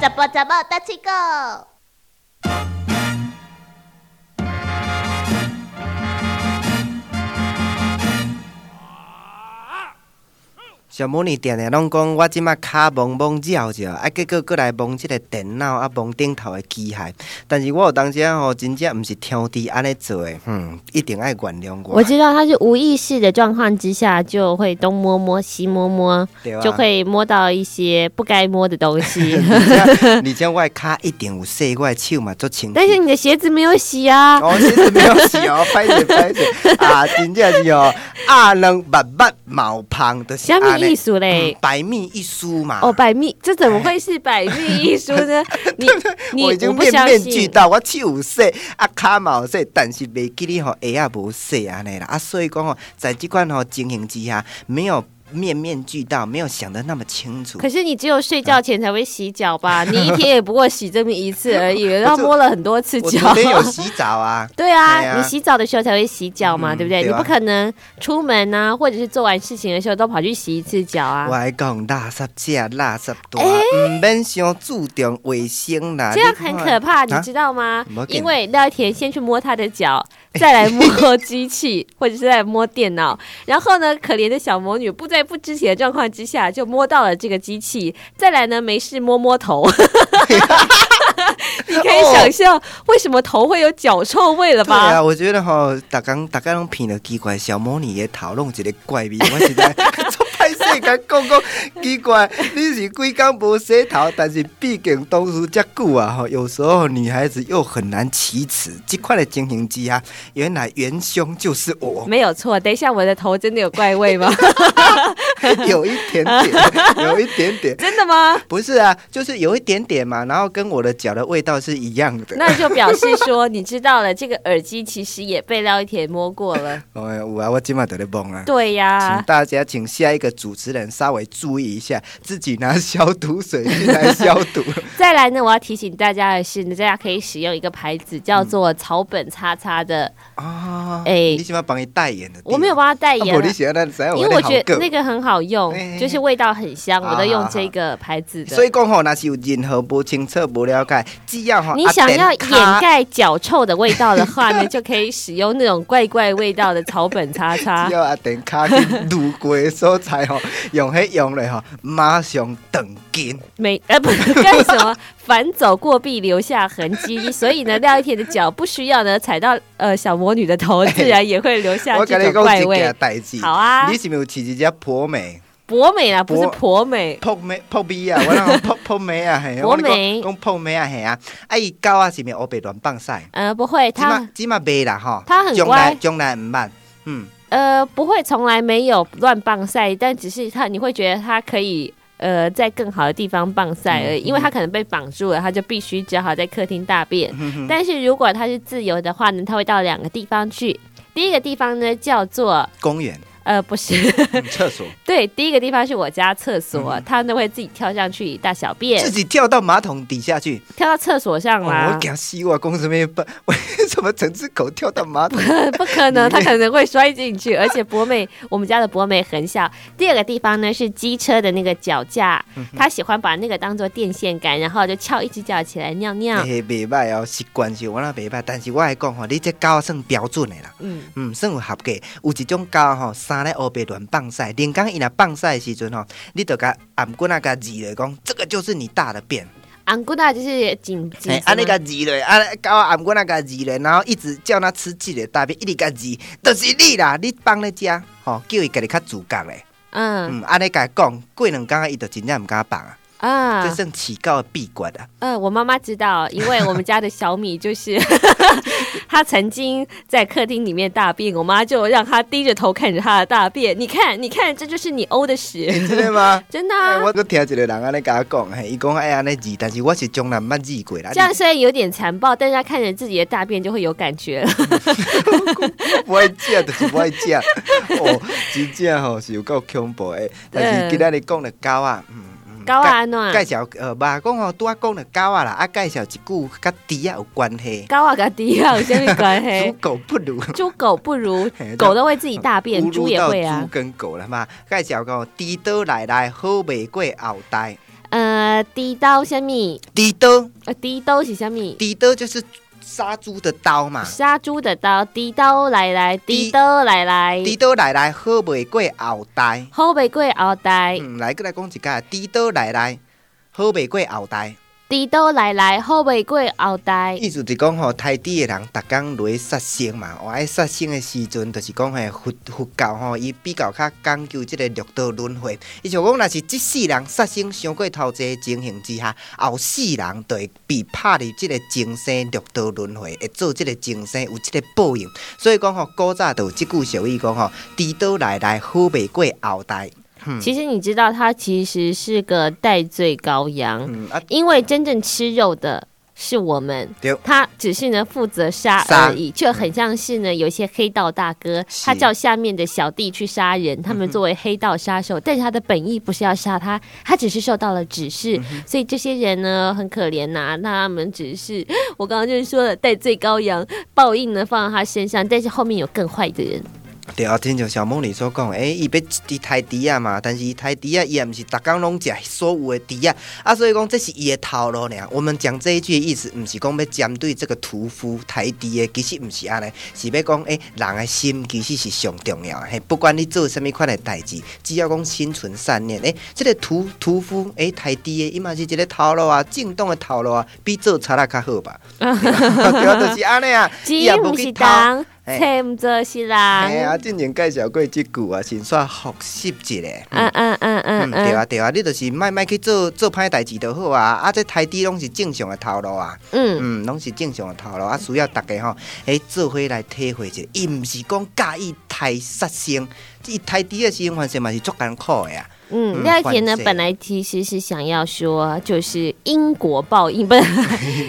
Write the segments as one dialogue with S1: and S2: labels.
S1: 怎么怎么大七狗？
S2: 小魔女定定拢讲，我即马骹摸摸绕着，啊，结果过来摸即个电脑，啊，摸顶头的机械。但是我有当时啊吼，真正毋是挑剔安尼做诶，嗯，一定爱原谅我。
S3: 我知道他是无意识的状况之下，就会东摸摸西摸摸，
S2: 对啊
S3: 就会摸到一些不该摸的 东西。
S2: 而且而且我的骹一定有洗，我的手嘛足清
S3: 但是
S2: 气。
S3: 你的鞋子没有洗啊，
S2: 哦，其实没有洗 哦，歹势歹势啊，真正是哦，啊，人白白毛胖的是
S3: 虾
S2: 安
S3: 米艺
S2: 尼，
S3: 术嘞
S2: 嗯？百密一疏嘛。
S3: 哦，百
S2: 啊
S3: 密，这怎么会是百密一 疏呢？你你
S2: 我已经
S3: 不
S2: 面
S3: 相
S2: 面俱
S3: 信，
S2: 到，我手有洗，啊骹嘛有洗，但是袂记你吼鞋也无洗安尼啦，啊所以讲吼，在即款吼情形之下，没有面面俱到，没有想得那么清楚
S3: 可。是你只有睡觉前才会洗脚 吧？你一天也不过洗这么一次而已，然后
S2: 我就
S3: 摸了很多次
S2: 我
S3: 脚，
S2: 昨。天有洗澡啊
S3: 对啊，
S2: 对啊
S3: 你洗澡的时候才会洗脚嘛，
S2: 嗯
S3: 对不对？
S2: 对啊
S3: 你不可能出门啊，或者是做完事情的时候都跑去洗一次脚
S2: 我
S3: 啊，
S2: 还讲垃圾吃垃圾大，唔免伤注重卫生啦。
S3: 这样
S2: 啊你看
S3: 很可怕，你
S2: 啊
S3: 知道吗
S2: 没？劲
S3: 因为廖田先去摸他 的脚，再来摸机器，或者是在摸电脑，然后呢，可怜的小魔女不在不知情的状况之下就摸到了这个机器，再来呢，没事摸 摸头。你可以想象为什么头会有脚臭味了
S2: 对
S3: 吧？
S2: 啊，我觉得吼，逐工逐工拢骗了奇怪的小魔女的头弄一个怪味，我实在 做歹势，甲讲讲奇怪， 你是规工无洗头，但是毕竟当时遮久啊吼，有时候女孩子又很难启齿，这款的情形之下，原来元凶就是 我，
S3: 没有错，等一下我的头真的有怪 味吗？
S2: 有一点点，有一点点。
S3: 真的吗？
S2: 不是啊，就是有一点点嘛，然后跟我的脚的味道是一样的。
S3: 那就表示说你知道了，这个耳机其实也被廖一田摸过了。
S2: 哎呀，有啊，我今晚在咧梦啊。
S3: 对
S2: 请
S3: 呀，
S2: 大家请下一个主持人稍微注意一下，自己拿消毒水进来消毒。
S3: 再来呢，我要提醒大家的是，大家可以使用一个牌子叫
S2: 嗯
S3: 做草本叉叉的，
S2: 啊，
S3: 哎
S2: 你起码帮你代言的地方，
S3: 我没有帮他代
S2: 啊
S3: 言
S2: 不
S3: 啊
S2: 你。喜欢那谁？
S3: 因为我觉得那
S2: 个。
S3: 个很好用
S2: 哎哎，哎
S3: 就是味道很香，
S2: 好
S3: 我都用
S2: 好好
S3: 这个牌子的
S2: 啊所。以讲吼，若是有任何不清楚、不了解，只要吼
S3: 你
S2: 阿
S3: 想
S2: 田
S3: 要掩
S2: 卡
S3: 盖脚臭的味道的话 呢，就可以使用那种怪怪味道的草本叉叉
S2: 只。 要阿啊电卡去路过的所在吼，用迄用咧吼，马上断 筋。
S3: 没呃不干什么，反走过必留下痕 迹，所以呢，廖一田的脚不需要呢踩到呃小魔女的头，自然也会留下
S2: 我跟
S3: 啊这
S2: 你
S3: 种
S2: 讲
S3: 怪
S2: 一
S3: 味
S2: 件。代志，
S3: 好啊
S2: 你，是不是有饲一只博美？
S3: 博美啊，不是
S2: 博
S3: 婆美，
S2: 扑妹扑咪啊，我讲扑扑妹啊，嘿，我
S3: 扑
S2: 讲
S3: 妹
S2: 讲扑妹啊，嘿啊，啊伊狗啊是咪黑白乱放屎？
S3: 呃，不会，
S2: 即马
S3: 他
S2: 即马袂啦吼，
S3: 它很
S2: 将
S3: 乖
S2: 来将来毋捌，嗯，
S3: 呃不会，从来没有乱棒晒，但只是他你会觉得他可以。呃，在更好的地方棒晒
S2: 嗯
S3: 而已，因为他可能被绑住了，他就必须只好在客厅大便。
S2: 嗯
S3: 但是如果他是自由的话呢，他会到两个地方去。第一个地方呢叫做
S2: 公 园、
S3: 呃，不是，
S2: 嗯厕所，
S3: 对，第一个地方是我家厕所，他都会自己跳上去大小
S2: 嗯
S3: 便
S2: 自，己跳到马桶底下去，
S3: 跳到厕所上
S2: 哦
S3: 啦
S2: 我。惊死我，讲什么笨？ 为什么整只狗跳到马桶？
S3: 不可能，他可能会摔进去。而且博美，我们家的博美 很小。第二个地方呢是机车的那个脚架，
S2: 嗯
S3: 他喜欢把那个当做电线杆，然后就翘一只脚起来尿尿。
S2: 嘿，袂歹哦，习惯是我那袂歹，但是我来讲吼，你这狗啊算标准的啦，
S3: 嗯，
S2: 嗯，算有合格。有一种狗吼，生咧黑白乱放屎，连讲伊若放屎的时阵吼，你就甲颔棍啊甲字来讲，这个就是你大的便。
S3: 昂古娜就是紧紧
S2: 哎，
S3: 子
S2: 啊，你
S3: 吗
S2: 甲字嘞，啊，狗啊，按我那甲字嘞，然后一直叫他吃自己的大便，一直甲字，就是你啦，你放咧遮，吼、叫伊家己较自觉咧，
S3: 嗯
S2: 嗯，安尼甲讲，过两工伊就真正毋敢放啊，这
S3: 啊
S2: 算饲狗的秘诀啊，
S3: 嗯，我妈妈知道，因为我们家的小米 就是他曾经在客厅里面大便，我妈就让他低着头看着他的大便。你看，你看，这就是你欧的屎，
S2: 真的吗？
S3: 真的
S2: 哎、
S3: 啊、
S2: 我都听一个人安尼甲我讲，嘿，伊讲爱安尼字，但是我是从来毋捌字过啦，
S3: 这样虽然有点残暴，但是他看着自己的大便就会有感觉了。
S2: 你不爱食就是不爱 食，哦，真正吼、是有够恐怖诶，但是
S3: 对
S2: 今仔日讲的狗啊，嗯嗯，
S3: 狗啊安怎？
S2: 介绍呃，嘛讲吼，拄啊讲着狗啊啦，啊介绍一句甲猪啊有关系，
S3: 狗啊跟猪啊有什么关
S2: 猪
S3: 系？
S2: 狗不如。
S3: 猪狗不如
S2: 嘿
S3: 狗都会自己大便，
S2: 侮
S3: 猪
S2: 辱
S3: 也
S2: 到
S3: 会
S2: 猪
S3: 啊。
S2: 跟狗了嘛？介绍讲猪刀来来好袂过后代，
S3: 呃，猪刀什么？
S2: 猪刀
S3: 呃，猪刀是什么？
S2: 猪刀就是杀猪的刀嘛。
S3: 杀猪的刀，猪刀来来，猪
S2: 猪
S3: 刀来来，
S2: 猪刀来来好袂过后代，
S3: 好玫瑰后代，
S2: 嗯，来过来讲一下，猪刀来来好袂过后代，
S3: 猪刀来来，好玫瑰后代。
S2: 意思就是讲吼，杀猪的人逐工落去杀生嘛，哦，爱杀生的时阵，就是讲嘿佛佛教吼，伊比较较讲究即个六道轮回，伊想讲若是即世人杀生伤过头济的情形之下，后世人就会被拍入即个精生六道轮回，会做即个精生有即个报应，所以讲吼，古早就有即句俗语讲吼，猪刀来来好袂过后代。嗯
S3: 其实你知道，它其实是个代罪羔羊，
S2: 嗯啊，
S3: 因为真正吃肉的是我们
S2: 对，
S3: 他只是呢负责杀
S2: 杀
S3: 而已，却很像是呢有一些黑道大哥，
S2: 是嗯
S3: 他叫下面的小弟去杀人，他们作为黑道杀手，但是他的本意不是要杀他，他只是受到了指
S2: 嗯
S3: 示，所以这些人呢很可怜呐、那他们只是 我刚刚就是说了戴罪羔羊，报应呢放到他身上，但是后面有更坏的人，
S2: 对啊，亲像小梦你所讲，诶、伊要一杀猪啊嘛，但是伊杀猪啊，伊也毋是逐工拢食所有的猪啊，啊，所以讲这是伊的套路俩。我们讲这一句的意思，毋是讲要针对这个屠夫杀猪的，其实毋是安尼，是要讲诶、欸人的心其实是上重要的。嘿，不管你做什物款的代志，只要讲心存善念，诶、这个屠屠夫诶杀猪的，伊嘛是一个套路啊，正当的套路啊，比做贼啊较好吧？对啊，对啊就是安尼啊，伊
S3: 鸡
S2: 也
S3: 不
S2: 无
S3: 是
S2: 去偷。
S3: 当，
S2: 嘿
S3: 菜不做是
S2: 哎呀，
S3: 狼，
S2: 之前介绍过即句啊，先煞复习一下。
S3: 嗯
S2: 嗯
S3: 嗯嗯嗯
S2: 嗯，对
S3: 嗯
S2: 啊，对啊，你就是莫莫去做做歹代志就好啊。啊，这台底拢是正常的头路啊，
S3: 嗯。
S2: 嗯，拢是正常的头路啊，需要大家吼，诶，做伙来体会一下。伊毋是讲介意太杀生，伊台底的生活是嘛是足艰苦的啊。
S3: 嗯，
S2: 嗯
S3: 廖姐呢
S2: 换谁，
S3: 本来其实是想要说，就是因果报应，不是，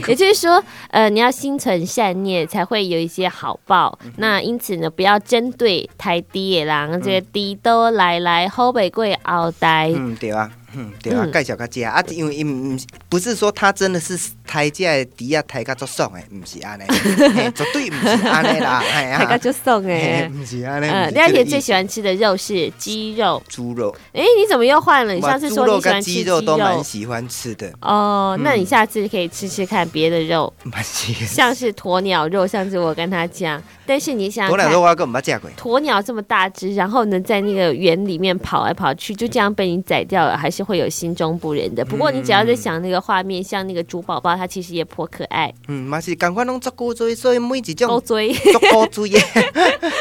S3: 也就是说，呃，你要心存善念，才会有一些好报。
S2: 嗯
S3: 那因此呢，不要针对台低的人，这个低都来来后北贵熬呆。
S2: 嗯，对啊，嗯，对啊，
S3: 嗯
S2: 介绍到遮啊，因为伊毋毋是不是说他真的是台遮的底啊，台甲足爽的，毋是 安尼，嘿绝对毋是安尼啦，哎
S3: 大家
S2: 呀，
S3: 就送
S2: 嘿
S3: 哎，
S2: 毋是安尼。
S3: 呃，
S2: 不是
S3: 廖
S2: 这个意
S3: 姐最
S2: 思
S3: 喜欢吃的肉是鸡肉。
S2: 猪肉，
S3: 哎，你怎么又换了？你
S2: 哇
S3: 上次
S2: 猪
S3: 说
S2: 肉
S3: 你喜
S2: 跟
S3: 欢吃
S2: 鸡
S3: 鸡
S2: 肉
S3: 肉
S2: 都蛮嗯喜欢吃的，
S3: 哦，那你下次可以吃吃看别的肉，
S2: 蛮喜欢。
S3: 像是鸵鸟肉。上次我跟他讲，但是你想
S2: 我
S3: 想
S2: 两
S3: 看
S2: 个。我个毋捌食过，
S3: 鸵鸟这么大只，然后呢，在那个园里面跑来跑去，就这样被你宰掉了，还是会有心中不忍的。不过你只要在想那个画面，像那个猪宝宝，它其实也颇可爱，
S2: 嗯，嘛是共款拢足骨锥，所以每一
S3: 勾
S2: 种
S3: 追就
S2: 足骨锥的，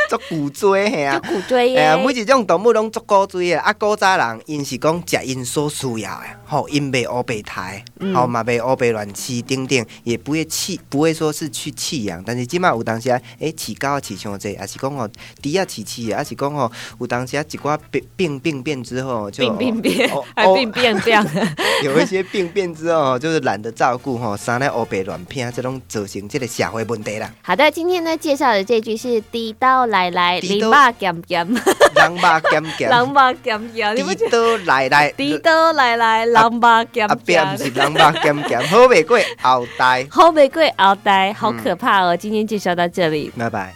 S2: 足骨锥嘿啊。
S3: 骨追
S2: 哎
S3: 耶
S2: 呀，。每一种动物拢足古锥的，啊，古早人因是讲食因所需要的，吼、因袂乌白胎，
S3: 嗯
S2: 吼嘛袂乌白乱饲，等等，也不会弃，不会说是去弃养，但是即摆有当时啊，诶、饲狗啊饲伤济，也是讲吼，猪啊饲饲的，也是讲吼，有当时啊一寡病病病变之后就
S3: 病病变
S2: 哦，
S3: 还
S2: 哦
S3: 病变这样，
S2: 有一些病变之后哦，就是懒得照顾吼，生来黑白乱拼，这种造成这个社会问题啦。
S3: 好的，今天呢介绍的这句是“滴刀来来，
S2: 猪
S3: 零
S2: 刀
S3: 八减减，
S2: 人肉减 减，
S3: 狼八减减”，你不觉
S2: 猪
S3: 得？
S2: 刀来来，
S3: 滴刀来来，狼八减
S2: 阿伯不是
S3: 减，
S2: 人肉减减，好袂过后代，
S3: 好玫瑰鳌呆，好可怕哦！今天介绍到这里。
S2: 拜拜。